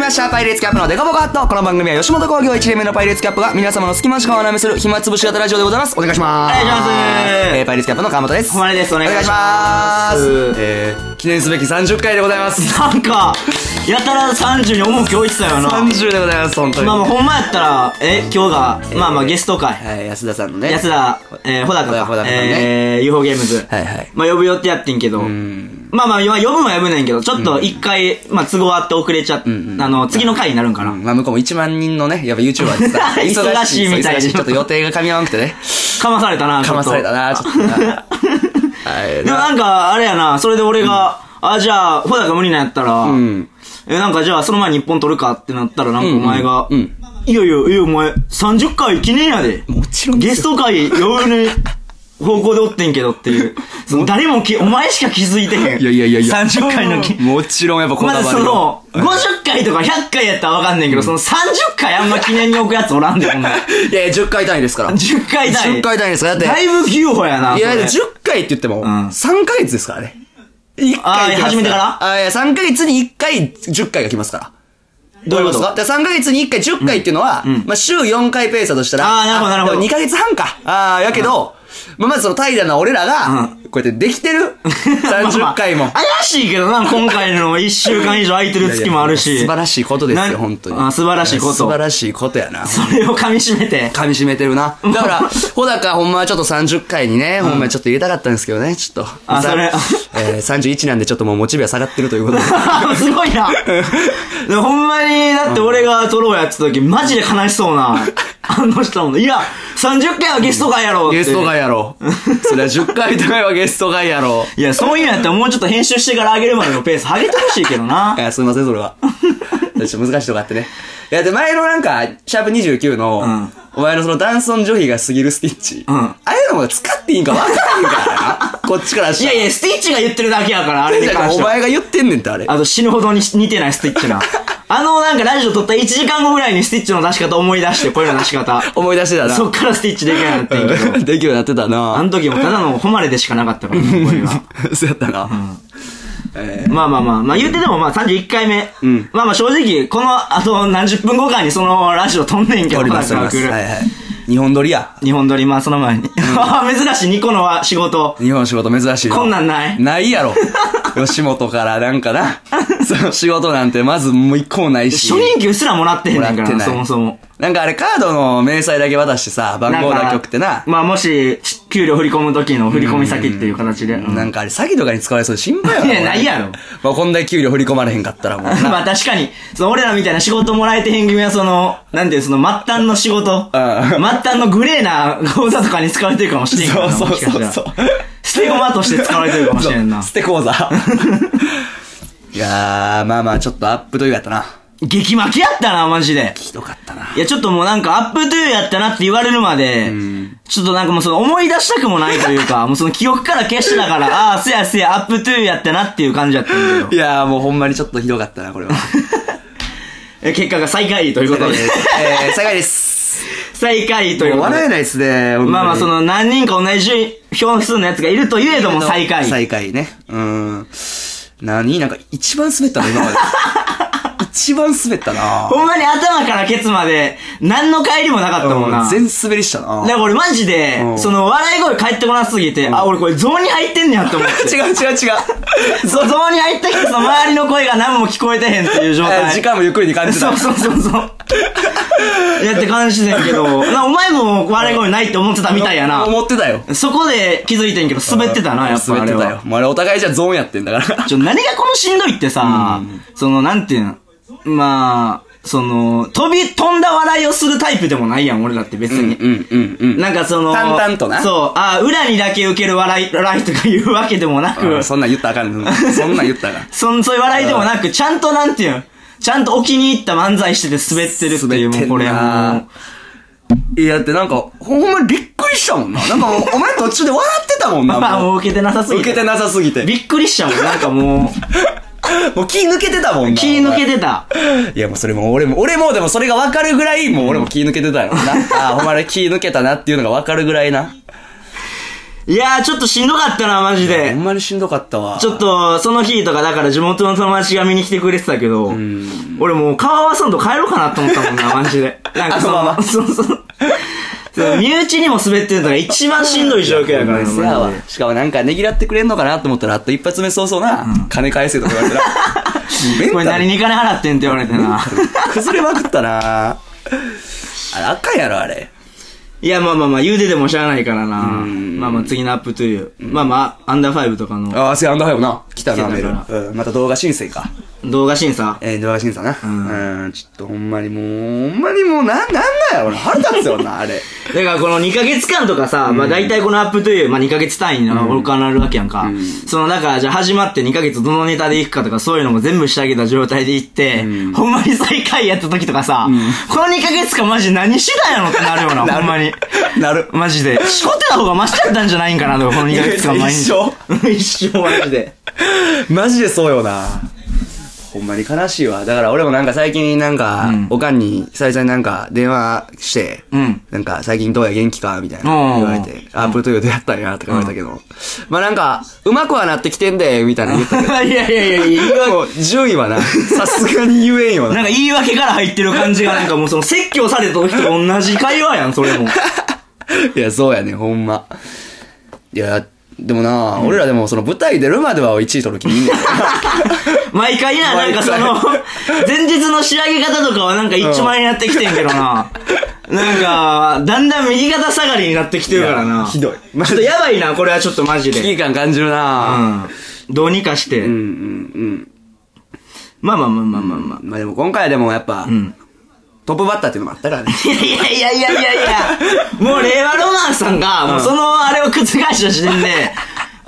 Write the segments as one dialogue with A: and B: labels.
A: ましたパイレーツキャップのデカボカットこの番組は吉本興業1年目のパイレーツキャップが皆様の隙間時間を穴めする暇つぶし型ラジオでございますお願いします
B: お願いします
A: えーパイレーツキャップの川本です
B: 小丸ですお願いしま
A: お
B: す
A: 願いしますえー記念すべき30回でござい ます
B: なんかやたら30に重き置いてたよな
A: 30でございます本当に
B: まあまあほんまやったらえ今日がまあまあゲスト会
A: はい安田さんのね
B: やつらえー、ほだか
A: ほだ
B: か
A: かね
B: えー UFO ゲームズ
A: はいはい
B: まあ呼ぶ予定やってんけどまあまあまあ呼ぶも呼ぶねんけどちょっと一回まあ都合あって遅れちゃっあの次の回になるんかな
A: まあ向こうも1万人のねやっぱ YouTuber でさ
B: 忙しいみたい
A: 忙
B: に
A: しいちょっと予定がかみ合わなくて ね
B: かまされたなちょっと
A: かまされたなちょっとな はい
B: でもなんか、あれやな、それで俺が、あ、じゃあ、ほだが無理なんやったら、
A: ん
B: え、なんかじゃあ、その前に1本取るかってなったら、なんかお前が、
A: うんうん
B: いやいや、いや、お前、30回記念やで。
A: もちろんですよ
B: ゲスト会呼ぶね、方向でおってんけどっ ていう。その誰もき、お前しか気づいてへん。
A: いやいやいやいや
B: 30回のき、
A: もちろんやっぱこだ
B: ま
A: わ
B: だ
A: りは
B: その、50回とか100回やったらわかんねんけど、その30回あんま記念に置くやつおらん で、ほんま
A: いやいや10回単位ですから
B: 10回だ
A: 10回単位ですからだって
B: だいぶ牛歩やな。
A: いや、
B: それ
A: 10回って言っても、
B: ん
A: 3ヶ月ですからね。1回って言います
B: あー始めてから
A: あーいや、3ヶ月に1回、10回が来ますから。
B: どういうこと
A: で ?3 ヶ月に1回、10回っていうのは、まあ、週4回ペースだとしたら、
B: あーなるほどなるほど
A: 2ヶ月半か。ああ、やけど、まあ、まずその怠惰な俺らが、こうやってできて る。30回も。
B: まあまあ怪しいけどな、今回の1週間以上空いてる月もあるし。
A: いやいや素晴らしいことです
B: な
A: よ、本当に。
B: あ素晴らしいこと。
A: 素晴
B: そ
A: らしいことやな。
B: れを噛み締め て。
A: 噛み締めてるな。だから、ほだかほんまはちょっと30回にね、ほんまはちょっと入れたかったんですけどね、ちょっと。
B: あそれ
A: えー、31なんでちょっともうモチベは下がってるという ことで。
B: すごいな。でもほんまに、だって俺が撮ろうやってた時、マジで悲しそ うな。あの人もね、いや、30回はゲスト会やろうって。
A: ゲスト会やろ。 それは10回とかはゲスト会やろ。。
B: いや、そういうのやったらもうちょっと編集してから上げるまでのペース上げてほしいけどな い
A: や、すみません、それは。ちょっと難しいとこあってね。いや、で、前のなんか、シャープ29の、
B: ん
A: お前のその男尊女卑が過ぎるスティッチ。
B: ん
A: ああいうのも使っていいんか分からへんから な。こっちからし
B: い
A: た
B: や
A: ら。
B: いや、スティッチが言ってるだけやから、あれに関
A: お
B: しては。
A: 前が言ってんねんって、あれ。
B: あと死ぬほどに似てないスティッチな。あのなんかラジオ撮った1時間後ぐらいにスティッチの出し方思い出して、声の出し方。
A: 思い出してたな。
B: そっからスティッチできないなってんけど。
A: うんできるようになってたな
B: あの時もただの誉れでしかなかったから、ね、声が。
A: そうやったな。え
B: まあまあまあ、まあ言うてでもまあ31回目。まあまあ正直、このあと何十分後かにそのラジオ飛んねんけ
A: ー、
B: ど、
A: おります、おり
B: ま
A: ま
B: あ
A: す。
B: 来る
A: はいはい。日本撮りや。
B: 日本撮り、まあその前に。珍しい、ニコのは仕事。
A: 日本の仕事珍しいよ
B: こんなんない
A: ない やろ。吉本からなんかな。 その仕事なんてまずもう一個もないし。
B: 初任給すらもらってへんねん
A: も
B: か
A: らって
B: ら、
A: ない
B: そもそも。
A: なんかあれカードの明細だけ渡してさ、番号だけ送ってな。
B: まあもし、給料振り込む時の振り込み先っていう形で。うん
A: なんかあれ詐欺とかに使われそうで心配やろ。
B: いやないやろ。
A: まあこんだけ給料振り込まれへんかったらもうな。
B: まあ確かに、その俺らみたいな仕事もらえてへん組はその、なんていう、その末端の仕事、末端のグレーな口座とかに使われてるかもしれんからな。
A: そうそうそうそう
B: もしかしたら捨て駒として使われてるかもしれ んな
A: 捨。て講座。いやー、まあまあちょっとアップというやったな。
B: 激負けやったな、マジで。
A: ひどかったな。
B: いや、ちょっともうなんか、アップトゥーやったなって言われるまで、ちょっとなんかもうその思い出したくもないと いうか、もうその記憶から消してたから、ああー、せやせや、アップトゥーやったなっていう感じだったんだ
A: い
B: けど。
A: やーもうほんまにちょっとひどかったな、これ は。
B: え結果が最下位ということで。
A: えー、最下位です。
B: 最下位という
A: もう
B: ことで
A: 笑え。ないですね。
B: まあまあその何人か同じ票数のやつがいるといえども最下位。
A: 最下位ね。うーん。何なんか一番滑ったの今 まで。一番滑ったな
B: ほんまに頭からケツまで何の帰りもなかったもんな。
A: 全滑りしたな
B: だから俺マジで
A: う、ん
B: その笑い声返ってこなすぎて、あ、俺これゾーンに入ってんねやと思って。
A: 違う違う違う。
B: ゾーンに入ってきてその周りの声が何も聞こえてへんっていう状 態。
A: 時間もゆっくりに感じて
B: そ
A: た
B: う。そうそうそう。いやって感じしてんけど、なお前も笑い声ないって思ってたみたいやな。
A: 思ってたよ。
B: そこで気づいてんけど滑ってたな、やっぱあ
A: 滑って
B: れは
A: たよ。。もうあれお互いじゃゾーンやってんだから。
B: ちょ、何がこのしんどいってさ、その、なんていうの、まあ、その、飛び、飛んだ笑いをするタイプでもないやん、俺だって別に。
A: うんうんうん。
B: なんかその、
A: 淡々とな
B: そう、あ裏にだけ受ける笑い、笑いとか言うわけでもな
A: う
B: く、
A: ん
B: そ
A: そんなん言ったらあかんねそんなん言ったらあかん。
B: ん、そういう笑いでもなく、ちゃんとなんていうの、ちゃんとお気に入った漫才してて滑ってるっていう、
A: 滑
B: も
A: って
B: うん
A: な
B: これも
A: いや、だってなんか、ほんまびっくりしたもんな。なんかもうお前途中で笑ってたもん
B: う、
A: な。
B: ま あもう受けてなさすぎ
A: 受け
B: て。
A: てなさすぎて。
B: びっくりしちゃうもん、なんかもう、
A: もう気抜けてたもんな。
B: 気抜けてた。
A: いやもうそれもう俺も、俺もでもそれが分かるぐら い、もう俺も気抜けてたよな。ああ、ほんまに気抜けたなっていうのが分かるぐらいな。
B: いやー、ちょっとしんどかったな、マジ
A: ほ
B: で
A: ん。まにしんどかったわ。
B: ちょっと、その日とか、だから地元の友達が見に来てくれてたけど、俺もう顔合わさんと帰ろうかなと思ったもんな、マジで。なんかそ
A: あのまま
B: そうそう。そう身内にも滑ってるのが一番しんどい状況やからな、
A: せや
B: マ
A: わ
B: ジで。
A: しかもなんかねぎらってくれんのかなと思ったら、あと一発目早々な、金返せとか言われ たら、メン
B: これ
A: タ
B: 何
A: ル
B: に金払ってんって言われてな。
A: 崩れまくったなあれ、あかんやろ、あれ。
B: いや、まあまあまあ、言うててもしゃあないからな。まあまあ、次のアップという。まあまあ、アンダーファイブとかの
A: ああ、せや、アンダーハイブな。来たな、
B: 来
A: メ
B: てたな
A: ール。うん、また動画申請か。
B: 動画審査。
A: えー、動画審査な。うん、ちょっとほんまにもう、ほんまにもう、なん、なんなんやろな、腹立つよ な、あれ。
B: だからこの2ヶ月間とかさ、まあ大体このアップという、まあ2ヶ月単位の録画になるわけやんか。そのだからじゃあ始まって2ヶ月どのネタでいくかとかそういうのも全部してあげた状態でいって、ほんまに最下位やった時とかさ、この2ヶ月間マジ何してたんやろってなるよ
A: な
B: な、
A: る
B: ほんまに。
A: なる。
B: マジで。しこってた方がマシだったんじゃないんかなとか、この2ヶ月間毎日。
A: 一緒
B: 一生マジで。
A: マジでそうよな。ほんまに悲しいわ。だから俺もなんか最近なんか、おかんに久々になんか電話して、
B: うん
A: なんか最近どうや元気かみたいな
B: うん
A: 言われて、アップルトヨどうやったんやとか言われたけど、まあなんか、うまくはなってきてんで、みたいな言 ったけ
B: いやいやいやいや、
A: ど、もう順位はな、さすがに言えんよ
B: な
A: な。
B: んか言い訳から入ってる感じがなんかもうその説教された時と同じ会話やん、それも。
A: いや、そうやね、ほんま。いや、でもな、俺らでもその舞台出るまでは1位取る気にいいんだよ。
B: 毎回な、なんかその、前日の仕上げ方とかはなんか一丁前になってきてんけどな。なんか、だんだん右肩下がりになってきてるから
A: いや
B: な。
A: ひどい
B: ちょっとやばいな、これはちょっとマジ
A: 危
B: で。
A: 機感感じる
B: う
A: な、
B: ん。どうにかして。
A: うん、うんうん
B: まあまあまあまあまあまあ。
A: うん。まあでも今回はでもやっぱ、
B: ん
A: トップバッターっていうのもあった からね。
B: いやいやいやいやいやいや、もう令和ロマンスさんが、もうそのあれを覆した時点で、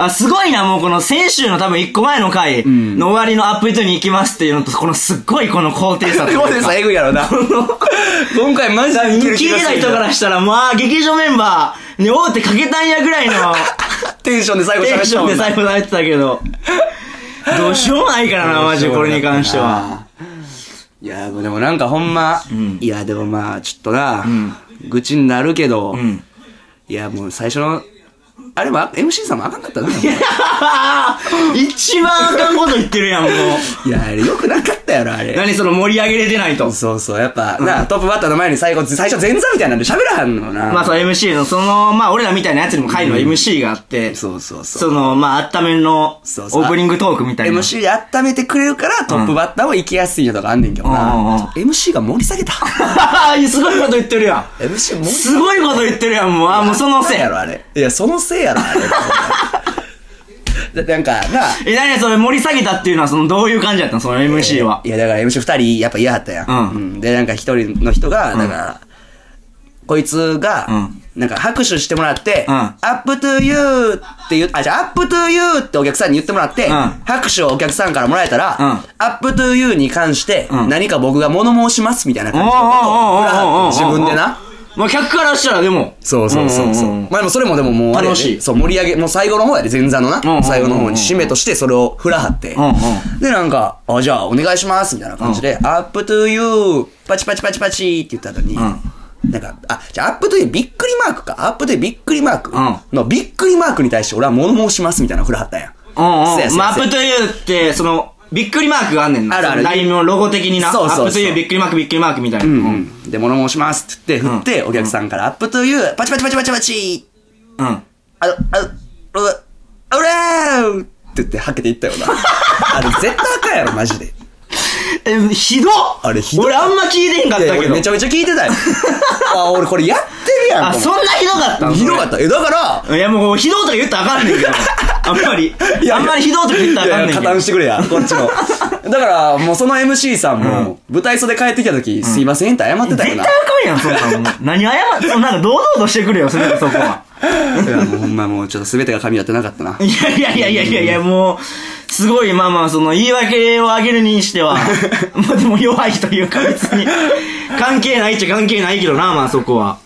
B: あ、すごいな、もうこの先週の多分一個前の回の終わりのアップデートに行きますっていうのと、このすっごいこの高低差というか
A: こうでさ、えぐいやろな。 今回マジで
B: 聞いてない人からしたら、まあ、劇場メンバーに大手かけたんやぐらいの
A: テンションで最後
B: テ
A: 喋
B: ン
A: っ
B: シ
A: ちゃ
B: ョ
A: う
B: ン
A: も
B: で
A: んな
B: 最後なってたけど、どうしようもないからな、マジでこれに関しては。。
A: いや、でもなんかほんま、いや、でもまあ、ちょっとな、愚痴になるけど、
B: ん
A: いや、もう最初の、あれも MC さんもあかんかったな。い
B: 一番あかんこと言ってるやん、もう。
A: や、あれよくなかったやろ、あれ。
B: 何その盛り上げれてないと。
A: そうそう、やっぱ、な、トップバッターの前に最後、最初前座みたいなんで喋らはんのな。
B: まあその MC の、その、まあ俺らみたいなやつにも回の MC があって、
A: そうそうそう。
B: その、まあ温めのオ
A: そうそう
B: ープニングトークみたいな。
A: MC 温めてくれるから、トップバッターも行きやすいのとかあんねんけど
B: うんうんうん
A: な。MC が盛り下 げた。
B: す ごいこと言ってるやん。
A: MC 盛り下げ
B: すごいこと言ってるやん、もう。あ、もうそのせい
A: や。ろ、あれ。いや、そのせいやろ、あ れ。だなんか、な、
B: え、何それ盛り下げたっていうのは、その、どういう感じやったのその MC は。
A: いや、だから MC2 人、やっぱ嫌だったやん。
B: うん
A: うんで、なんか一人の人が、だから、こいつ
B: う
A: が
B: ん、
A: なんか拍手してもらって、
B: うん
A: アップトゥーユーって言う、あ、じゃあアップトゥーユーってお客さんに言ってもらって、
B: うん
A: 拍手をお客さんからもらえたら、
B: うん
A: アップトゥーユーに関して、
B: うん
A: 何か僕が物申しますみたいな
B: お
A: 感じのことを裏張って自分でな。。
B: まあ、客からしたらでも。
A: そうそうそうそう。
B: んんんん。
A: まあでもそれもでももうあれやで、
B: 楽しい
A: そう盛り上げ、もう最後の方やで、前座のな、
B: んうんうん
A: 最後の方に締めとしてそれを振らはって、
B: うんうん
A: でなんか、あ、じゃあお願いしますみたいな感じで、アップトゥーユー、パチパチパチパチって言った後に、なんか、あ、じゃあアップトゥーユーびっくりマークか、アップトゥーユーびっくりマーク
B: う
A: のびっくりマークに対して俺は物申しますみたいなの振らはったんや。
B: うん
A: せや
B: う
A: せやせ
B: ん。
A: や
B: まあ、アップというって、その、びっくりマークがあんねんな。
A: あるある
B: その LINE のロゴ的にな。
A: そうそうそう
B: アップというびっくりマークびっくりマークみたいな。う
A: うんう。ん。で、物申しますって言って、振って、お客さんからアップトゥーユー、パチパチパチパチパチ
B: うん。
A: あの、あの、あの、あの、って言って、はけていった よな。あれ、絶対あかんやろ、マジで。
B: え、ひどっ
A: あれひどい
B: 俺あんま聞いてへんかっ
A: いや
B: たけ
A: 俺
B: ど
A: め。ちゃめちゃ聞いてたよ。 あ、俺これやってるやん。
B: あ、そんなひどかったの
A: ひどかった。え、だから、
B: た。いや、もう、ひどいとか言ったらあかんねん けど。あんまり。あんまりひどいとか言ったらあかんね
A: いやいや
B: んけど
A: 加。担してくれや、こっち も。だから、もうその MC さんも、舞台袖帰ってきた時、すいませんって謝ってたよ
B: 絶対
A: な
B: あ。かんやん、そんなもん。何謝って、なんか堂々としてくれよ、それそこは。
A: いや、もうほんまもうちょっと全てが噛み合ってなかった な。
B: いやいやいやいやいやいや、もう、すごい、まあまあ、その、言い訳をあげるにして は、まあでも弱いというか、別に、関係ないっちゃ関係ないけどな、まあそこは。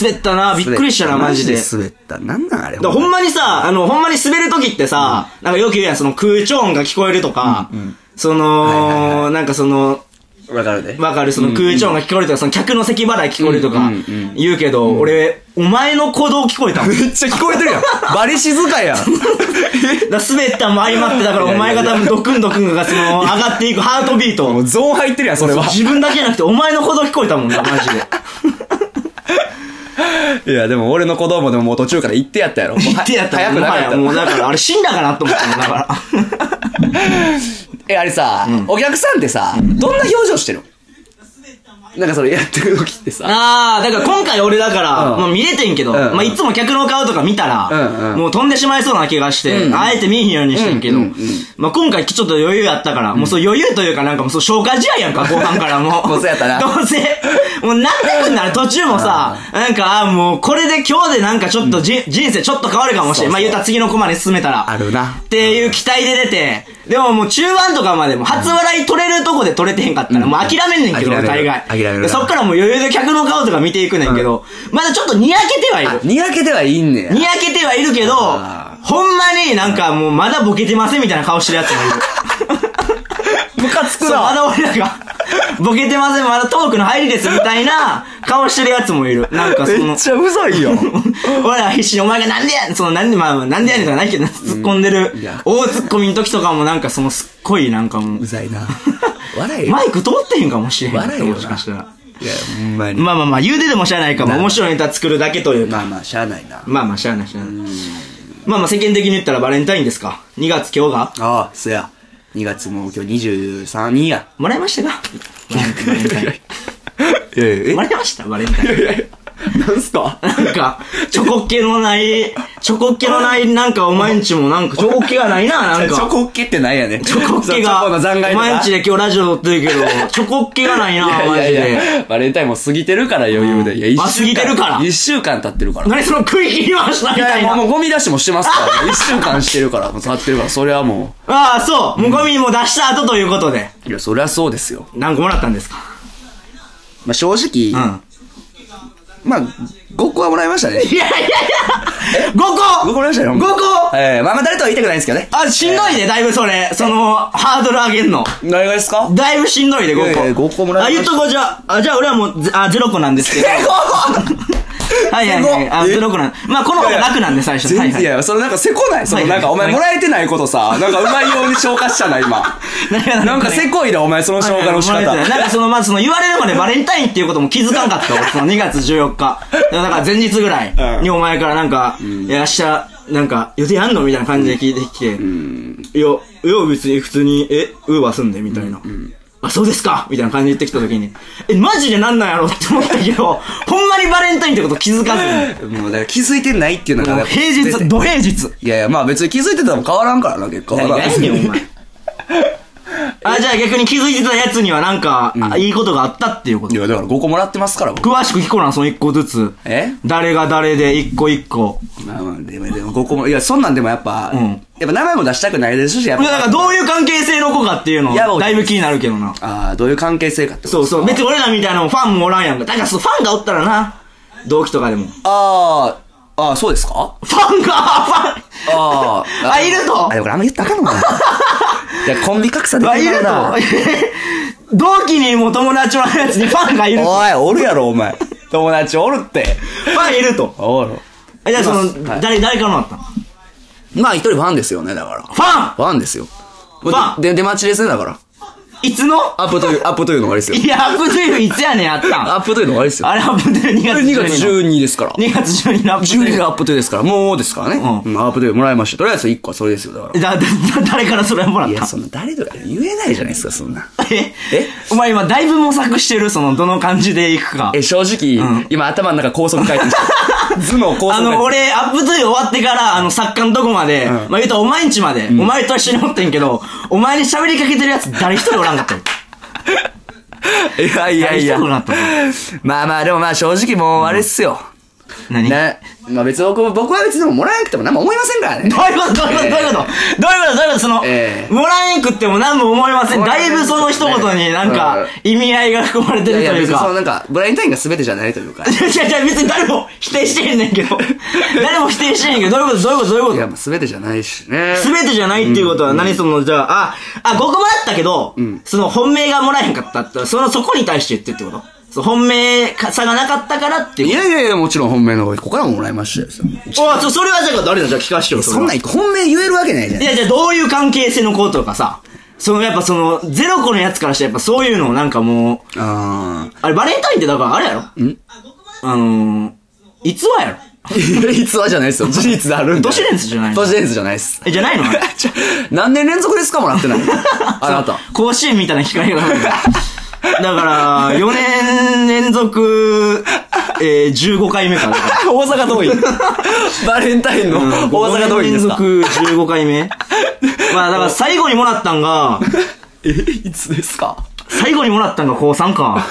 B: 滑ったな、びっくりしたな、マジで。だ
A: 滑った。なんなんあれ。
B: からほんまにさ、あの、ほんまに滑るときってさ、なんかよく言うやん、その空調音が聞こえるとか、その、
A: いはい
B: なんかその、
A: わかるで。
B: わかるその空調音が聞こえるとか、その客の咳払い聞こえるとか、言うけど、俺、お前の鼓動聞こえたもん。
A: めっちゃ聞こえてる やん。バリ静かや ん。
B: だから滑ったも相まって、だからお前が多分ドクンドクンがその、上がっていくハートビート。
A: ゾーン入ってるやん、 それは。
B: 自分だけじゃなくて、お前の鼓動聞こえたもんな、マジで。
A: いや、でも俺の子供でももう途中から行ってやったやろ。もう
B: 言ってやった
A: 早くなかっ
B: も
A: た
B: う。もうだから、あれ死んだかなと思ったもん、だから。
A: え、あれさ、お客さんってさ、どんな表情してるのなんかそれやってる時ってさ。
B: ああ、だから今回俺だから、
A: うん
B: まあ見れてんけど、
A: んうん
B: まあいつも客の顔とか見たら、
A: うんうん
B: もう飛んでしまいそうな気がして、あえて見えへんようにしてんけど、
A: うんうんうん
B: まあ今回ちょっと余裕やったから、もうそう余裕というかなんかもうそう消化試合 やんか、後半からもう。
A: もうそうやったな
B: どうせ、もうなんでくんなら途中もさ、なんか、あーもうこれで今日でなんかちょっとじ、人生ちょっと変わるかもしれん。
A: そうそう
B: まあ言うたら次のコマに進めたら。
A: あるな
B: っていう期待で出て、でももう中盤とかまでも初笑い取れるとこで取れてへんかったら、もう諦めんねんけど、
A: 諦める
B: 大概。
A: 諦めるな
B: でそっからもう余裕で客の顔とか見ていくねんけど、まだちょっとにやけてはい
A: あ
B: る。
A: にやけてはいいんねや
B: に。やけてはいるけど、
A: あ
B: ほんまになんかもうまだボケてませんみたいな顔してるやつもいる。
A: ムカつく
B: そうまだ俺らが、ボケてません、まだトークの入りですみたいな顔してるやつもいる。なんかそ
A: め
B: の
A: っ、ちゃうざいよ。
B: 俺ら必 死にお前がなんでやそのなんで、まあまあなんでやねんとかないけど、突っ込んでる
A: いや、
B: 大突っ込みの時とかもなんかそのすっごいなんかも う
A: う、ざいな。 笑えよ。
B: マイク通ってへんかもしれへん。
A: 笑えよな
B: もしかしたら。
A: いや、ほんまに。
B: まあまあまあ、言うてでも知らないかも。面白いネタ作るだけというか。
A: まあまあ、しゃあないな。
B: まあまあ、知らない、知らない。まあまあ、世間的に言ったらバレンタインですか。2月今日が
A: ああ、そや。2月も今日23人や。
B: もらいました かバレンタイン。
A: いやい
B: もらいました、バレンタイン。
A: やいや、なんすか
B: なんか、チョコっ気のない、チョコっ気のない、なんかお前んちもなんか、チョコっ気がないな、なん
A: チョ
B: か。
A: コっけってないやね。
B: チョコっ気が、
A: そうチョコの残骸
B: お
A: とか
B: 前んちで今日ラジオ撮ってるけど、 チョコっ気がないな、
A: い
B: マ
A: や
B: ジ
A: いやいや
B: で。
A: バレンタインも過ぎてるから余裕で。いや、一週間。
B: あ過ぎてるから
A: 一週間経ってるから。
B: 何その食い切りましたみ
A: い
B: た
A: やい
B: い
A: や、
B: な
A: も。うもうゴミ出しもしてますから。もう一週間してるから、もう経ってるから、それはも
B: ああ、そう。もうゴミも出した後ということで。
A: う。いや、そりゃそうですよ。
B: 何個もらったんですか
A: まあ正直、
B: うん。
A: まあ、5個はもらいましたね。
B: いやいやいや !5 個
A: 5個もらいましたよ。
B: 五個
A: ええまあまあ誰とは言いたくないんですけどね。
B: あ、しんどいね、だいぶそれ。その、ハードル上げんの。
A: 何がですか
B: だいぶしんどいね、
A: いやいや
B: 5個。
A: 五個もらいま
B: あ、
A: した
B: 言っとこう、じゃあ。あ、じゃあ俺はもう、ぜあ、0個なんです けど。はいはいはい。あ、
A: え
B: 0個なん。まあ、この方が楽なんで、最初。はい
A: 全
B: は
A: 然、
B: い
A: い。や、それなんかせこない。そ
B: は
A: の
B: いは
A: ないんか、お前もらえてないことさ、なんかうまいように消化したな、 今。
B: 何が
A: なんかせこいだ、お前、その消化の仕
B: はいはいもらえてない
A: 方。
B: なんかその、まずその言われるまでバレンタインっていうことも気づかんかった 俺その2月14日。だから前日ぐら いにお前からなんか、いや、明日、なんか、予定やんのみたいな感じで聞いてきて、いや、いや、別に普通に、え、ウーバーすんでみたいな。あ、そうですかみたいな感じで言ってきた時に、え、マジでなんなんやろって思ったけど、 ほんまにバレンタインってこと気づかず
A: もう、だから気づいてないっていうの
B: に。も
A: が
B: う、平日、土平日。
A: いやいや、まあ別に気づいてたのも変わらんからな、結果。
B: 何がやねん、お 前。あ、じゃあ逆に気づいてたやつにはなんか、あいいことがあったっていうこと
A: いや、だから5個もらってますから、僕。
B: 詳しく聞こうな、その一個ずつ。
A: え
B: 誰が誰で、一個一個。
A: まあまあ、でも、でも5個も、いや、そんなんでもやっぱ、
B: うん
A: やっぱ名前も出したくないですし、やっ
B: だ
A: ぱ。
B: からどういう関係性の子かっていうの、
A: いやもう
B: だいぶ気になるけどな。
A: ああ、どういう関係性かってこと
B: そうそう。別に俺らみたいなのファンもおらんやんか。だからそう、ファンがおったらな。同期とかでも。
A: ああ、ああ、そうですか
B: ファンが、ファン
A: ああ。
B: あいると
A: あ、でもこれあんま言ったらあかんのかな。いや、コンビ格差で
B: あ、い
A: き
B: る
A: るな。
B: と。 同期にも友達のやつにファンがいると。
A: おい、おるやろ、お 前。友達おるって。
B: ファンいると。
A: おる。
B: え、じゃあそ
A: い
B: の
A: ますは、い
B: 誰、誰からもらったの
A: まあ、一人ファンですよね、だから。
B: ファン
A: ファンですよ。
B: ファン
A: で、出待ちですね、だから。
B: いつの
A: アップという、アップというのがあれで すよ。
B: いや、アップトゥーフいつやねん、あったん。
A: アップというのがあれですよ。
B: あれアップトゥー2月
A: 2月
B: 12
A: 12ですから。
B: 2月12のアップトゥー
A: 12がアップというですから、もうですからね。
B: う
A: うん。アップというもらいました。とりあえず1個はそれですよ、だから。
B: だ、だ、だ誰からそれもらっ
A: いや、
B: た
A: そんな誰とか言えないじゃないですか、そんな。
B: え
A: え
B: お前今だいぶ模索してるその、どの感じで行くか。
A: え、正直、今頭の中高速回転 してる。頭脳高速
B: あ
A: 回
B: の、
A: 転。
B: 俺、アップトゥー終わってから、あの、作家のとこまで、まあ、言うとお前んちまで、お前と一緒におってんけど、お前に喋りかけてるやつ誰一人おらんかっ たよ。
A: いやいやいや
B: 大丈夫だったの。
A: まあまあ、でもまあ正直もうあれっすよ。
B: 何どういう
A: ね。まあ別に僕僕は別にでももらえなくても何も思いませんからね。
B: ことどういうことどういうことどういうことどういうことその、
A: ええ
B: もらえんくっても何も思いません。
A: もら
B: だ
A: え
B: い
A: んくってもね
B: ぶその一言になんか、意味合いが含まれて
A: い
B: る
A: や
B: と
A: いや
B: い
A: 別
B: う
A: にその
B: か。
A: なんか、ブラインタインが全てじゃないというか。
B: いやいやいや、別に誰も否定してへんねん けど。誰も否定してへんけど、どういうことどういうことどういうこと
A: いやまあ全てじゃないしね。
B: すべてじゃないっていうことは、何その、じゃあ、あ、あ、5個もらったけど、その本命がもらえへんかったって、その、そこに対して言ってってことその本命か差がなかったからって
A: い
B: いう。
A: やいやいや、もちろん本命の方ここからももらいましたよ。
B: おあ、そ、それはじゃあ、誰だじゃあ聞かしてよ、
A: そん
B: れ
A: な
B: は。い
A: ん本命言えるわけないじゃん。
B: や、じゃあどういう関係性の子とかさ、その、やっぱその、ゼロ個のやつからして、やっぱそういうのをなんかもう、
A: あ
B: あれ、バレンタインってだからあれやろんあのー、逸話やろ
A: ー。逸話じゃないです よ。事実であるんで。
B: 都市伝説じゃないの
A: 都市伝説じゃないです。
B: え、じゃないのあれ
A: ちょ何年連続ですかも らってない。あなた。
B: 甲子園みたいな光があるんだ。だから、4年連続、えー、15回目かな。
A: 大阪桐蔭。 バレンタインの大阪桐
B: 4
A: 蔭
B: 年
A: で
B: 連
A: すか。
B: 続15回目まあ、だから最後にもらったんが、
A: え、いつですか
B: 最後にもらったんが高3か。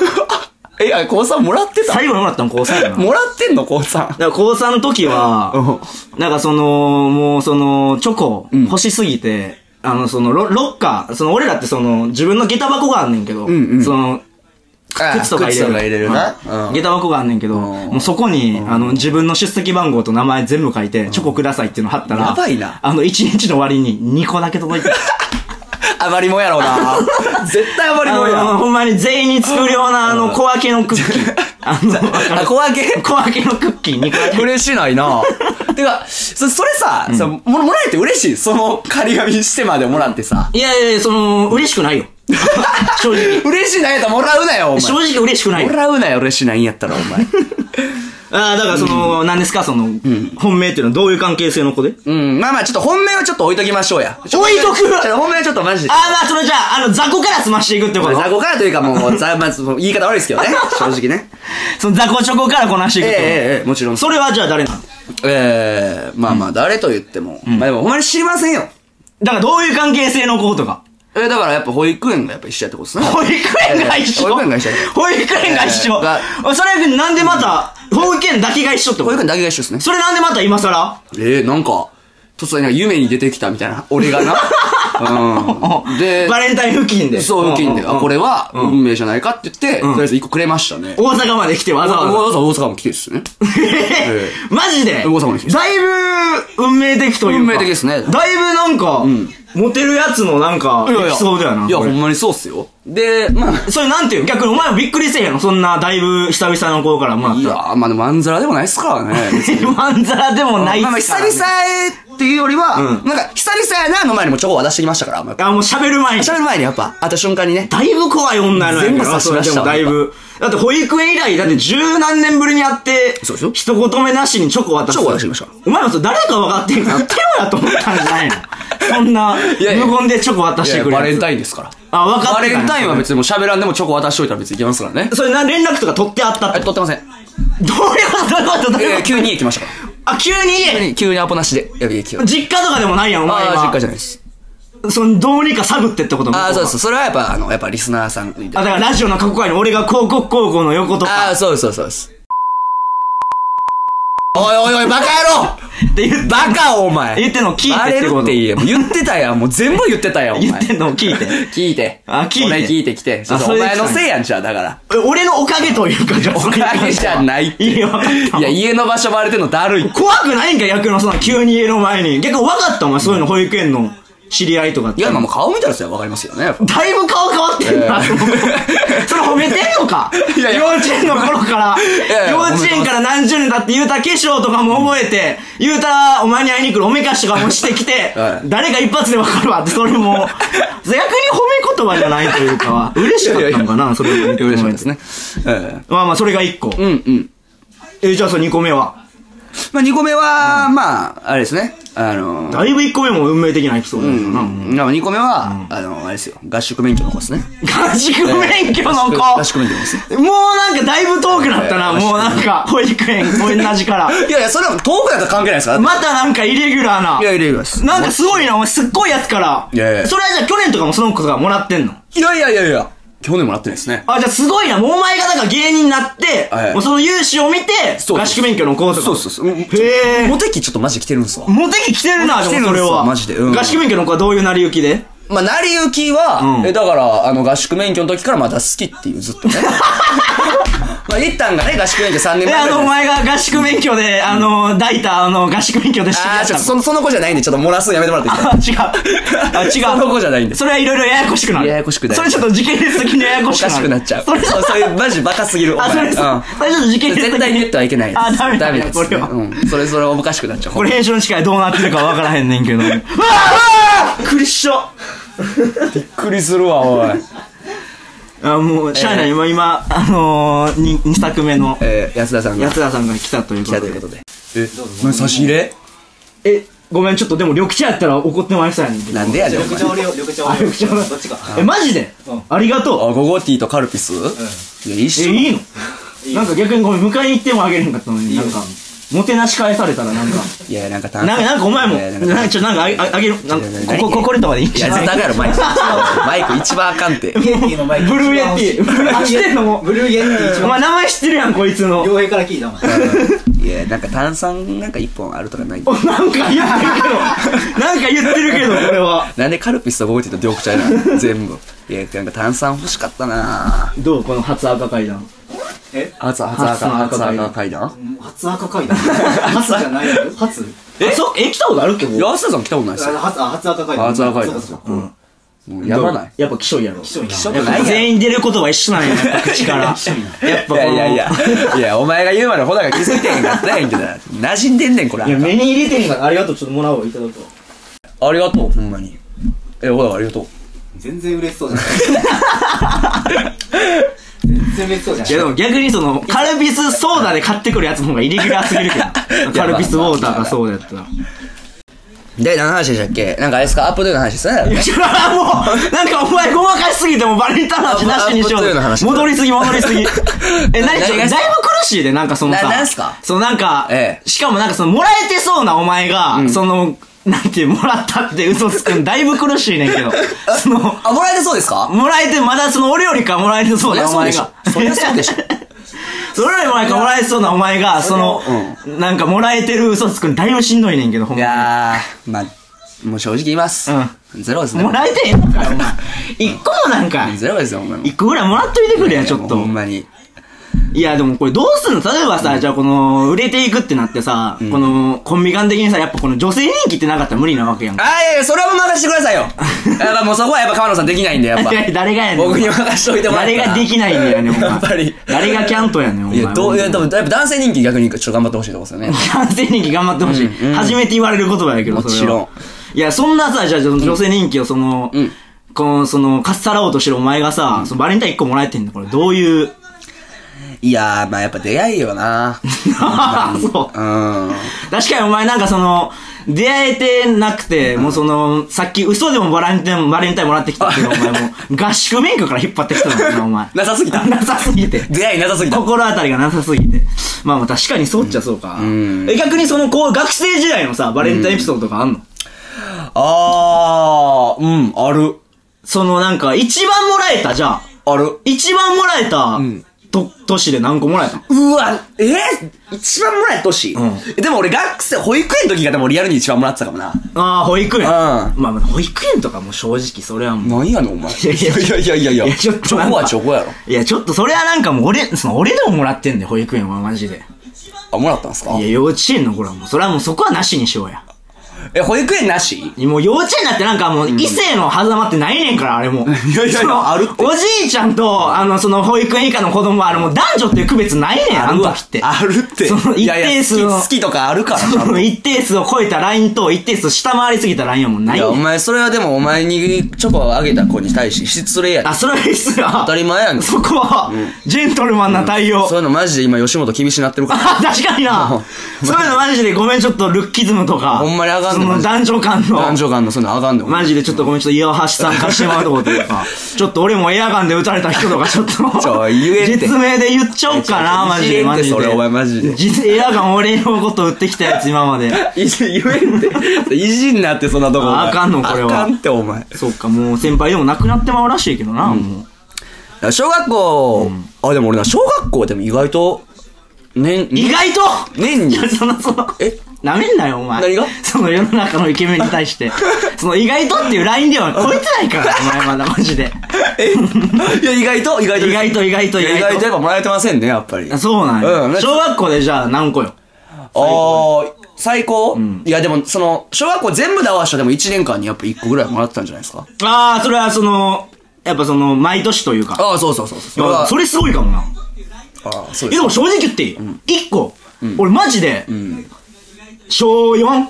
A: え、あ、高3もらってた
B: 最後にもらったん高3やな。だか
A: もらってんの高 3?
B: ら高3の時は、なんかその、もうその、チョコ、欲しすぎて、あの、そのロ、ロッカー、その、俺らってその、自分の下駄箱があんねんけど、
A: んうん
B: その、靴とか入れる。
A: うん
B: うん下駄箱があんねんけど、もうそこに、あの、自分の出席番号と名前全部書いて、チョコくださいっていうの貼ったら、
A: やばいな
B: あの、1日の終わりに2個だけ届いてた。
A: 余りもんやろうな。 絶対余りもんや。
B: あのほんまに全員に作るような、あの、小分けのクッキー。あ の、
A: あ、小分け
B: 小分けのクッキー2個だけ。
A: 嬉しないな てか、そそれさ、そのももらえて嬉しい。その、仮紙してまでもらってさ。
B: いやいやいや、その、嬉しく ないよ。正直。
A: 嬉しいなんやったらもらうなよ、お
B: 正
A: 前。
B: 直嬉しくない
A: も
B: よ。
A: らうなよ、嬉しいなんやったら、お 前。
B: ああ、だからその、何ですか、その、本命っていうのはどういう関係性の子で
A: うん、まあまあ、ちょっと本命はちょっと置いときましょうや。 置
B: 置いとく
A: 本命はちょっとマジで
B: あ。あ、まあ、それじゃあ、あの、雑魚から済ましていくってこ
A: まあ
B: と
A: 雑魚からというかもう、ざまず言い方悪いですけ どね。正直ね。
B: その雑魚チョコからこなしてい
A: え
B: く
A: え
B: っ
A: え
B: てこと
A: えええ、もちろん。
B: それはじゃあ誰なの
A: ええまあまあ、誰と言っても。まあでも、ほんまに知りませんよ。
B: だからどういう関係性の子とか。
A: えーだからやっぱ保育園がやっぱ一緒やってことです ね。
B: 保育園が一緒
A: 保育園が一緒やね
B: 保育園が一緒
A: え
B: それなんでまた、保育園だけが一緒ってこ
A: 保育
B: と
A: 園だけが一緒ですね。
B: それなんでまた今更
A: えー、なんか、突然なんか夢に出てきたみたいな。俺が な。 うん。で、
B: バレンタイン付近で。
A: そう、付近で、
B: うんうんうん
A: あ、これは運命じゃないかって言って、とりあえず一個くれましたね。
B: 大阪まで来てわざ
A: わざ
B: わ
A: わざ大阪も来てるっすね。
B: ざ。えーマジで
A: 大阪まで来て
B: だいぶ、運命的というか。
A: 運命的ですね
B: だいぶなんか、モテるやつのなんか、エピソードやな。
A: いや、
B: こ
A: ほ
B: れ
A: んまにそうっすよ。で、まあ、
B: それなんていう逆にお前もびっくりせえへんのそんな、だいぶ久々の頃からもらっ
A: い
B: た
A: や
B: ら。
A: ー、まあでもまんざらでもないっすから ね。別に
B: まんざらでもないっす
A: まあまあ、久
B: から
A: 々
B: ね
A: へっていうよりは、
B: うん
A: なんか、久々やなの前にもチョコ渡してきましたから、まあ
B: あ、もう喋る前に。
A: 喋る前にやっぱ、会った瞬間にね、
B: だいぶ怖い女のや
A: 全部
B: けどな
A: 察しました
B: それでもだいぶ。だって保育園以来、だって十何年ぶりに会って、
A: そうですよ
B: 一言目なしにチョコ渡す。
A: チョコ渡しました
B: お前もそれ誰か分かってんから、テロやと思ったんじゃ ないのそんな、
A: やいや
B: 無言でチョコ渡してくれるやつ
A: バレンタインですから。
B: あ分かってた
A: バ
B: ね
A: レンタインは別にもう喋らんでもチョコ渡しといたら別にいけますからね。
B: それな、連絡とか取ってあったっ
A: え、
B: て。
A: 取
B: ど
A: ってません。
B: ういうことどういうことどういう
A: えー
B: こと
A: 急に家来ましたか
B: あ、 急に
A: ら。急に、急にアポなしで。やべ、家来た。
B: 実家とかでもないやん、お前
A: ああ、
B: は。
A: 実家じゃないです。
B: その、どうにか探ってってこと。
A: ああ、そうですす。それはやっぱ、あの、やっぱリスナーさんみた
B: あ、
A: いな。
B: だからラジオの過去会に俺が広告高校の横と
A: あ
B: か
A: あ、そうです、そうですそうです。おいおいおい、バカ野郎
B: って言って、
A: バカお前
B: 言ってんの聞い
A: バ
B: て
A: レ
B: って
A: る
B: こ
A: っ
B: と
A: て。言え。もう言ってたやん。もう全部言ってたやん、お前。
B: 言ってんのを聞いて。
A: 聞いて。
B: あ聞いて
A: 俺聞いてきて。そう
B: あ
A: そう
B: そ
A: お
B: れで
A: 前のせいやんちゃう、だから。
B: え俺のおかげというか、じゃあ
A: おかげじゃないって。
B: いや、わかった
A: いや、家の場所バレてんのだるいって。
B: 怖くないんか、逆のその急に家の前に。逆に分かった、お前、そういうの保育園の知り合いとかって。
A: いや、今もう顔見たらさ、わかりますよね。
B: だいぶ顔変わってんな、
A: え
B: それ褒めてんのか
A: いやいや
B: 幼稚園の頃から
A: いやいや
B: 幼稚園から何十年経って言うた化粧とかも覚えて、言うたお前に会いに来るおめかしとかもしてき て、
A: はい
B: 誰が一発で分かるわって、それも、逆に褒め言葉じゃないというか、嬉しかったのかな、それを見て
A: 嬉しいですね。え
B: まあまあ、それが1個。
A: えうんうん。
B: えーじゃあその2個目は
A: まあ、2個目は、まあ、あれですね。あのー、
B: だいぶ1個目も運命的なエピソードだよな、
A: うん、2個目は、あの、あれですよ。合宿免許の子ですね。
B: 合宿免許の子、
A: 合宿合宿免許ですね
B: もうなんかだいぶ遠くなったな、
A: えー
B: もうなんか保育園同じから
A: いやいや、それは遠くなんか関係ないですから。
B: またなんかイレギュラーない
A: や、いやいやです。
B: なんかすごいなお前すっごいやつから
A: いやいや
B: それはじゃあ去年とかもその子がもらってんの
A: いやいやいやいや。去年もなってないですね。
B: あ、じゃあすごいな。もうお前がなんか芸人になって、
A: はい
B: もうその融資を見て、
A: そう
B: 合宿勉強のコート
A: そうそうそう。
B: へ
A: モ
B: ー。
A: テ期ちょっとマジ来てるんすわ。
B: モテ期来てるな、
A: モテ期来
B: で
A: てるん
B: も
A: すよ
B: それは。
A: マジでうん
B: 合宿勉強の子はどういう成り行きで
A: まあ、成り行きは、
B: うん
A: え、だから、あの、合宿免許の時からまた好きっていう、ずっと ね。まあ、一旦がね、合宿免許3年前ぐ
B: え、
A: らい
B: あ
A: で
B: の、お前が合宿勉強で、あの、抱いた、あの、合宿勉強で知り
A: あ
B: 合
A: ー、
B: っ
A: ち
B: た
A: ょっとその、その子じゃないんで、ちょっと漏らすのやめてもらっていいですか
B: あ、違う。あ、違 う。
A: その子じゃないんです
B: それはいろいろややこしくなる。
A: ややこしくなる
B: それちょっと時系列的にややこ
A: お
B: しく
A: か
B: なる。
A: しくなっちゃう。
B: それちょっ
A: う、そういう、マジバカすぎる。お
B: と、あ、そ
A: 前う
B: れ
A: ん。
B: ちょっと、それちょっと時系列的に。
A: 絶対に言ってはいけないです。
B: あ、ダメだ、
A: ダメ
B: ね、
A: です
B: こ
A: ね。
B: れは。
A: うん。それ、それおかしくなっちゃう。
B: これ編集の司会どうなってるかわからへんねん けど。うわーうわークリッショ
A: びっくりするわ、おい。
B: あ、もう、しゃあない。今、今、あのー、に二作目の、
A: えー、安田さんが
B: や
A: 来
B: つらさんが来たというこ
A: たと
B: と
A: いう
B: で
A: こ。とで。え、何差し入れ
B: え、ごめん、ちょっとでも緑茶やったら怒ってもらいそうやねんけど。
A: なんでやで、お前。
C: 緑茶オレオ緑茶オ
B: あ、
C: レオ
B: 緑茶
C: どっちか
B: え、マジでありがとう。
A: あ、ゴゴティーとカルピスいや、一
B: え、
A: 緒。
B: いいのなんか逆にごめん、迎えに行ってもあげれんかったのに、なんか、もてなし返されたらなんか、
A: いや、なんか炭
B: なんか、なんかお前も、
A: いや
B: なんかちょ、なんかあげ、ああげる、なんか
A: いや、何
B: ここ、ここ、これとかでいいん
A: い
B: じ
A: や、
B: ゃな
A: 絶
B: い
A: 対ある、マイク。マイク一番あかんて。
C: イエティのマイク
B: ブルーイエティブルーイエティ
C: あ知ってんのもブルーイエティ一
B: お
C: 番
B: 前名前知ってるやん、こいつの。
C: 傭兵から聞いたもん
A: いや、なんか炭酸なんか一本あるとかない
B: おなんか言ってるけど、なんか言ってるけど、これは。
A: なんでカルピスとゴゴティーと緑茶やな、全部。いや、なんか炭酸欲しかったな
B: どうこの初赤階段。
C: え
A: 初、初赤、初赤階段
C: 初赤 階段初じゃないよ初
B: え、そう、え、来たことあるっけ
A: い
B: ど
A: や、安田さん来たことないっすよ。
C: あ初あ初赤階段
A: 初赤階段
C: そうかそうか
A: もうやばない。
B: やっぱ、きしょいやろ。
C: 一緒にな
A: 一緒
B: やっぱ全員出る言葉一緒なんや、やっぱ口から。やっぱ
A: い
B: この、
A: やいやいや、いや、お前が言うまでほなが気づいてへんかったやんけどな。 馴染んでんねん、これ。
B: いや、
A: あ
B: 目に入れてへんから、ありがとう、ちょっともらおう、いただこう。
A: りがとう、ほんまに。え、ほら、ありがとう。
C: 全然嬉しそうじゃない 全然嬉しそうじゃない
B: いやでも逆にその、カルピスソーダで買ってくるやつの方がイレギュラーすぎるけど。カルピスウォーターがそうだったら。
A: で、何の話でしたっけなんかあれですかアップデートの話ですね
B: い。や、それはもう、なんかお前ごまかしすぎてもうバレた話なしにしよ
A: あアップトゥーの
B: う
A: 話
B: ぜ。戻りすぎ戻りすぎ。え、何
A: 何
B: ちょだ
A: が
B: いぶ苦しいで、なんかそのさ。
A: ななんすか
B: そうなんか
A: え、え
B: しかもなんかその、もらえてそうなお前が、その、なんて、もらったって嘘つくん、だいぶ苦しいねんけど。その、
A: あ、もらえてそうですか
B: もらえて、まだその俺よりかもらえてそうなお前が。
A: そりゃそうでしょ。
B: それよりもなんかもらえそうなお前が、その、なんかもらえてる嘘つくのだいぶしんどいねんけど、ほん
A: い
B: ま
A: やー、まあ、もう正直言います。ゼロです
B: に。
A: ね。
B: もらえてへんのかよ、 お前。一個もなんか、
A: ゼロですよ、お前も。
B: 一個ぐらいもらっといてくれや、ちょっ
A: ほ
B: と
A: ん。まに。
B: いや、でもこれどうすんの例えばさ、じゃあこの、売れていくってなってさ、この、コンビ間的にさ、やっぱこの女性人気ってなかったら無理なわけやん。
A: あいやいや、それはもう任せてくださいよ。やっぱもうそこはやっぱ河野さんできないんで、やっぱ。
B: 誰がやねん。
A: 僕に任せといてもらった
B: 誰
A: ら
B: ができないんだよね、お前
A: やっぱり
B: 誰がキャントやねん、お前。
A: いや、どう、いや、多分、やっぱ男性人気逆にちょっと頑張ってほしいとこですよね。
B: 男性人気頑張ってほしい、初めて言われる言葉やけど、
A: もちろん
B: それは。いや、そんなさ、じゃあ、その女性人気をその、
A: ん
B: この、その、かっさらおうとしてるお前がさ、そのバレンタイン1個もらえてんのこれ、どういう。
A: いやー、まあやっぱ出会いよな。
B: そう
A: う。ん。。
B: 確かにお前なんかその、出会えてなくて、もうその、さっき嘘でもバレンタイン、バレンタインもらってきたけど、お前もう、合宿免許から引っ張ってきたのかな、お 前
A: なさすぎた
B: なさすぎて。
A: 出会いなさすぎた。
B: 心当たりがなさすぎて。まあまあ確かにそうっちゃそうか。
A: ん
B: え逆にその、こう、学生時代のさ、バレンタインエピソードとかあんの、
A: あー、うん、ある。
B: そのなんか、一番もらえたじゃあ。
A: ある。
B: 一番もらえた、
A: ん
B: と、年で何個もらえた
A: う
B: の
A: わ、えー、一番もらえた年、
B: ん
A: えでも俺学生、保育園の時がでもリアルに一番もらってたかもな。
B: ああ、保育園。
A: うん
B: まあまあ、保育園とかも正直それはもう。
A: なんやねん、お前。
B: いやいや
A: いやいやいやいや。
B: ちょっとなん
A: チョコ
B: か
A: はチョコやろ。
B: いや、ちょっとそれはなんかもう俺、その俺でももらってんだよ、保育園はマジで。
A: あ、もらったんすか
B: いや、幼稚園の頃はもう、それはもうそこはなしにしようや。
A: え、保育園なし
B: もう幼稚園だってなんかもう異性の狭間ってないねんから、あれ も。
A: いやいやいや
B: その
A: あるって
B: おじいちゃんと、あの、その保育園以下の子供はあれもう男女っていう区別ないねん、あの時って。
A: あるって。
B: その一
A: いやいや
B: 定数の
A: 好き好きとかあるから。
B: その一定数を超えたラインと一定数下回りすぎたラインはもうないい
A: や、お
B: ねん。
A: 前、それはでもお前にチョコをあげた子に対して失礼やで
B: あ、それは必要。当
A: 当たり前やんけ
B: そこは、ジェントルマンな対応。
A: そういうのマジで今吉本厳しなってるから。
B: あ確かにな。そういうのマジでごめん、ちょっとルッキズムとか。
A: ほんまにあかんねん
B: その男女間の。
A: 男女間のそういうのあかんで、
B: マ
A: ジ
B: ジでちょっとごめん、ちょっと岩橋さん貸してもらうとことい うか、ちょっと俺もエアガンで撃たれた人とかちょっと、
A: ちょ言えって
B: 実名で言っちゃおうかな、マジ
A: いじれ
B: で。
A: ん
B: マ
A: て
B: ジで。
A: それお前マジで
B: 実エアガン俺のこと撃ってきたやつ、今まで。
A: いじ、言えんって。意地になって、そんなとこ。お前
B: あかんのこれは
A: あかんって、お前。
B: そうか、もう先輩でも亡くなってまうらしいけどな、もう。
A: から小学校、あ、でも俺な、小学校でも意外と、年、
B: 意外と
A: 年
B: い
A: に
B: や、、その、その、
A: え
B: なめんなよ、お前。
A: 何が
B: その世の中のイケメンに 対して。その意外とっていうラインでは超えてないから、お前まだマジで。
A: いや、意外と、意外と。
B: 意外と意外と
A: い
B: 意
A: や
B: 外と
A: 意外とやっぱもらえてませんね、やっぱり。
B: あそうなんや、
A: うん
B: 小学校でじゃあ何個よ。
A: ああ、最高、いや、でも、その、小学校全部で合わせたらでも1年間にやっぱ1個ぐらいもらってたんじゃないですか
B: ああ、それはその、やっぱその、毎年というか。
A: ああ、そうそうそう
B: い
A: そう。
B: やそれすごいかもな。
A: ああ、そう
B: え、
A: で。
B: ですも正直言っていい、一個、俺マジで、小 4?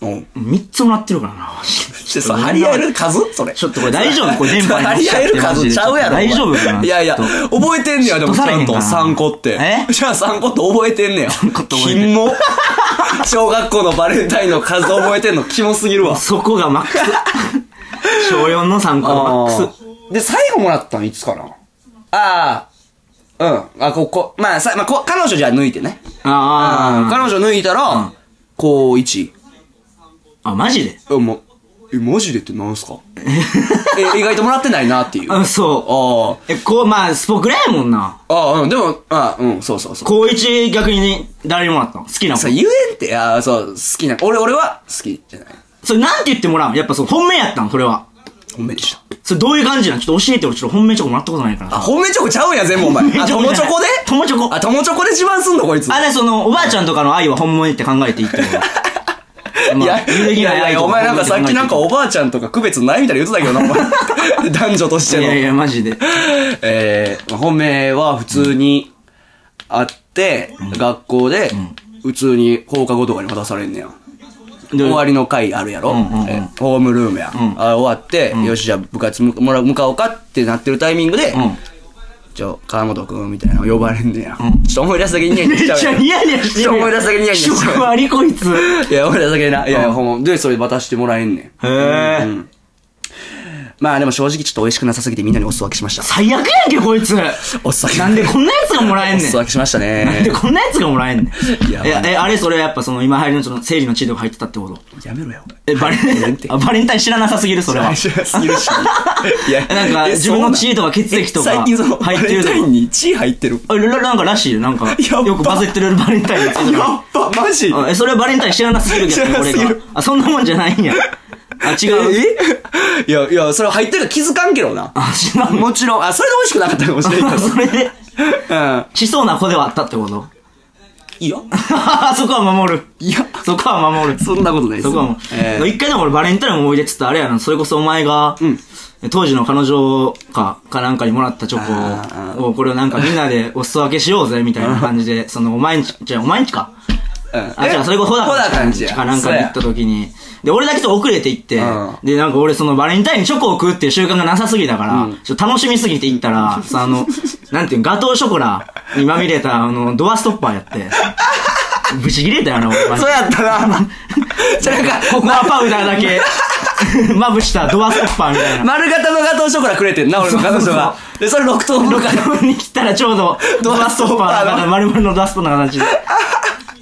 A: うん。
B: 三つもらってるからな。
A: してさ、張り合える数それ。
B: ちょっとこれ大丈夫これ電波に乗
A: 張
B: っち
A: り
B: ゃ
A: 合
B: って
A: える
B: マジ
A: 数
B: で
A: ちゃうやろ。
B: 大丈夫
A: お前
B: かない
A: やいや、
B: ちょっ
A: 覚えてんねや、でもち
B: 嫉妬され
A: ゃ
B: へ
A: ん
B: んか
A: と
B: な
A: 3個って。
B: え
A: じゃあ3個って覚えてんねや。3
B: 個って覚えて
A: キモ小学校のバレンタインの数覚えてんのキモすぎるわ。
B: そこがマックス。 小4の3個のマックス。
A: で、最後もらったのいつかなああ、うん。あ、ここ、まあ、さ、まあ、こ彼女じゃあ抜いてね。うん
B: あ
A: 彼女抜いたら、こう1。
B: あ。あ、マ ジで
A: え、ま、え、マジでってなんすかえ、意外ともらってないなっていう。
B: うん、そう。
A: あ
B: え、こう、まあ、スポクレやもんな。
A: あ。ああ、うん、でも、ああ、うん、そうそうそう。
B: 高一逆に誰にもらったの好きな子
A: さ、。言えんって、ああ、そう、好きな、俺、俺は好きじゃない。
B: それなんて言ってもらうのやっぱそう、本命やったのそれは。
A: 本命でした。
B: それどういう感じなのちょっと教えて俺、ちょっと本命チョコもらったことないから
A: あ、。本命チョコちゃうんや、全部お前。あ、友チョコで
B: 友チョコ。
A: あ、
B: あ、
A: 友チョコで自慢すんの、こいつ。
B: で、その、おばあちゃんとかの愛は本命って考えていいって こと。
A: い
B: ま
A: や
B: あ、有
A: い
B: 益な
A: やいや
B: 愛と
A: お前なんか
B: 本命て考
A: さ
B: え
A: って
B: い
A: き
B: い
A: なんかおばあちゃんとか区別ないみたいな言ってたけどな、お 前。男女として
B: い
A: の。
B: やいや、マジで。
A: えー、本命は普通にあって、学校で、普通に放課後とかに渡されんねや。
B: で
A: 終わりの会あるやろ、
B: んうんうん
A: えーホームルームや。あ終わって、よし、じゃあ部活むもら向かおうかってなってるタイミングで、
B: うん。
A: ちょ、川本くんみたいなの呼ばれんねや。ちょっと思い出すだけニヤニ
B: め
A: ヤし ち
B: っ
A: ゃう
B: ちゃ
A: やん
B: ニヤニヤして
A: ちょ
B: る。
A: 思い出すだけニヤニヤしちゃう
B: 職割 こいつ。へ
A: いや、思い出すだけな。いやいや、ほんまで、それ渡してもらえんねん。
B: え。
A: まあでも正直ちょっと美味しくなさすぎてみんなにお裾分けしました。
B: 最悪やんけ、こいつ。
A: お裾分け。
B: なんでこんなやつがもらえ
A: お
B: んねん。
A: 裾
B: な
A: 分けしましたね。
B: んでこんなやつがもらえんねん。
A: い
B: い
A: や
B: や、え、あれ、それやっぱその、今流行りのその、生理の地位とか入ってたってこと
A: やめろよ。
B: え、バレンタイン、あバレンタイン知らなさすぎる、それは。
A: 知らすぎるし。いや
B: なんか自分の血とか血液とか
A: え最近その、バ
B: 入ってる
A: レンタインに血入ってる。
B: あれ、ななんからしいよ、なんか。
A: やっば
B: よくバズってるバレンタインのやつと
A: や
B: か
A: っぱ、マジ
B: あえ、それはバレンタイン知らなすぎるけど
A: 知ら、な
B: 俺
A: すぎる
B: が。あ、そんなもんじゃないんや。あ、違う。
A: え いや、いや、それ入ってるか気づかんけどな。
B: あ、知らん。
A: もちろん、あ、それで美味しくなかったかもしれない
B: それで、
A: けど。うん。
B: し そうな子ではあったってこと
A: いや、
B: そこは守る。
A: いや、
B: そこは守る。
A: そんなことないです。
B: そこはもう。
A: えー
B: 一回でも俺バレンタインの思い出っつったらあれやな、それこそお前が、当時の彼女か、かなんかにもらったチョコを、これをなんかみんなでお裾分けしようぜ、みたいな感じで、そのお前んち、じゃあお前んちか。
A: うん
B: あ、じゃあそれこそ
A: ほ
B: ほだ
A: だ感じや。
B: かなんかに行った時に。で、俺だけと遅れて行って
A: うん、
B: で、なんか俺そのバレンタインにチョコを食うっていう習慣がなさすぎたから、ちょっと楽しみすぎて行ったら、さ、あの、なんていうのガトーショコラにまみれた、あの、ドアストッパーや って、ブチ切れたよな、俺マジ
A: そ
B: で
A: うやった な。じゃあなん
B: コ
A: か、
B: コアパウダーだけ、 まぶしたドアストッパーみたいな。
A: 丸型のガトーショコラくれてんな、俺の彼女が。で、それ6等分
B: ロ
A: とか。
B: カに切ったらちょうど、ドアストッパーの形、丸々のドアストッパーの形で。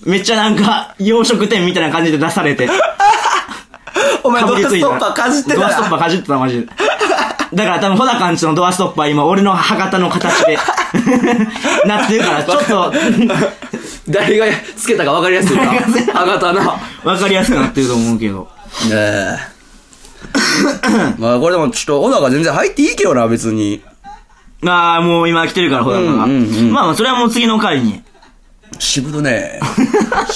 B: めっちゃなんか、洋食店みたいな感じで出さ れて、
A: お前、
B: か
A: ド
B: ぶ
A: ア
B: りつい
A: ス
B: た
A: トッパーかじってた
B: ド
A: な。
B: アストッパーかじってた、マジで。だから多分、ほだかんちのドアストッパー今、俺の歯型の形 で、なってるから、ちょっと、
A: 誰がつけたか分かりやす いな。
B: 誰がつけ
A: あなたな。
B: わかりやすくなってると思うけど。
A: ねえ。まあこれでもちょっと、小高全然入っていいけどな、別に。
B: まあ、もう今来てるから、ほだかんが。
A: うんうんうん
B: まあまあ、それはもう次の回に。
A: 渋る ね。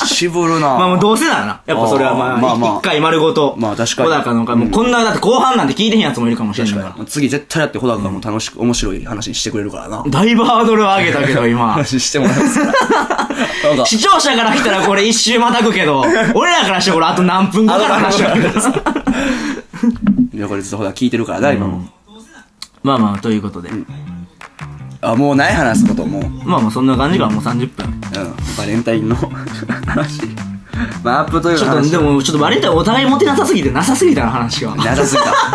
A: 渋るな。
B: まあもうどうせならな。やっぱそれはま
A: あーまあまあ
B: あ、一回丸ごと。
A: まあ確かに
B: 小高の回、もうこんな、だって後半なんて聞いてへんやつもいるかもしれないから。
A: 次絶対だって小高も楽しく、面白い話にしてくれるからな。
B: だいぶハードルを上げたけど、 今。
A: 話してもらえますから。なんか、
B: 視聴者から来たらこれ一周またぐ けど、俺らからしてこれあと何分後から話し
A: あ
B: る
A: と何分いやこれずっと小高聞いてるからな、今も。
B: まあまあ、ということで。
A: あ、もうない話すこともう。
B: まあまあ、そんな感じがもう30分。
A: うん、バレンタインの 話。まあ、アップという
B: ちょっと、
A: 話。
B: でも、ちょっとバレンタインお互いモテなさすぎて、なさすぎたな、話が。
A: 長 すぎた。なあ。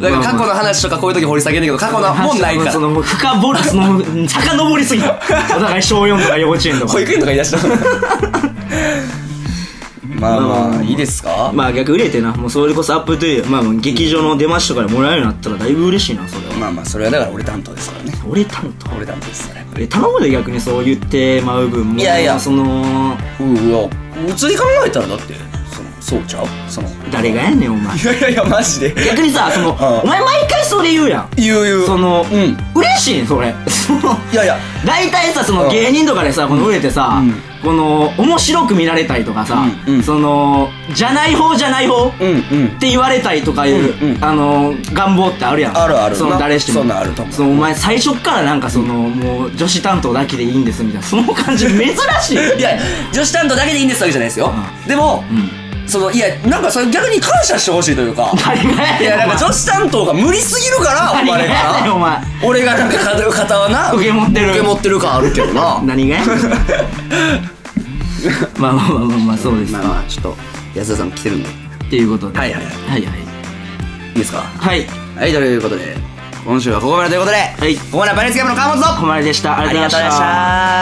A: だから過去の話とかこういう時掘り下げるけど、過去のもんないから
B: そ。の、深掘り、その、遡りすぎた。お互い小4とか幼稚園とか
A: 保。育園とか言い出した。 まあまあ、いいですか
B: まあ逆売れてな、もうそれこそアップという、まあもう劇場の出ましとかでもらえるようになったらだいぶ嬉しいな、それは。
A: まあまあ、それはだから俺担当ですからね。
B: 俺担当。
A: 俺担当ですから。
B: え、頼むで逆にそう言ってまう分も。
A: いやいや
B: その、
A: うわ、普通に考えたらだって、その、そうちゃうその。い
B: 誰がやねん、お前。
A: やいやいや、マジで。
B: 逆 にさ、その、
A: ん
B: お前毎回それ言うやん。
A: 言う言う。
B: その、
A: うん。
B: 嬉しいねん、それ。その、
A: いやいや、
B: 大体さ、そうの
A: ん
B: 芸人とかでさ、この売れてさ
A: うん、
B: この、面白く見られたりとかさ
A: うんうん、
B: その、じゃない方じゃない方
A: うんうん
B: っ。て言われたりとかいう、
A: うんうん
B: あの願望ってあるやん
A: あるある
B: その誰しても
A: そんなんあると思う
B: そのお前最初っからなんかその、もう女子担当だけでいいんですみたいなその感じ珍しいよね
A: いや、女子担当だけでいいんですわけじゃないですよ。でも、その、いや、なんかそれ逆に感謝してほしいという か。
B: 誰がやねん
A: いや、なんか
B: お前
A: 女子担当が無理すぎるから、
B: 何
A: お
B: が
A: 前
B: やねんお
A: が。
B: 前
A: 俺がなんか肩肩はな、
B: 受け持ってる
A: 受け持ってる感あるけどな。
B: 何がやねんまあまあまあまあまあそうですか、
A: まあまあ、ちょっと、安田さん来てるんで。
B: っていうことで
A: は
B: はい
A: はいはい
B: はいはい
A: いいですか
B: はい
A: はい、ということで、今週はここまでということで、
B: はい
A: ここまではバレンスゲームの川本と、
B: ここまででしたあり
A: あり
B: がとう
A: が
B: ご
A: とうご
B: ざ
A: ざ
B: い
A: いま
B: まし
A: したた。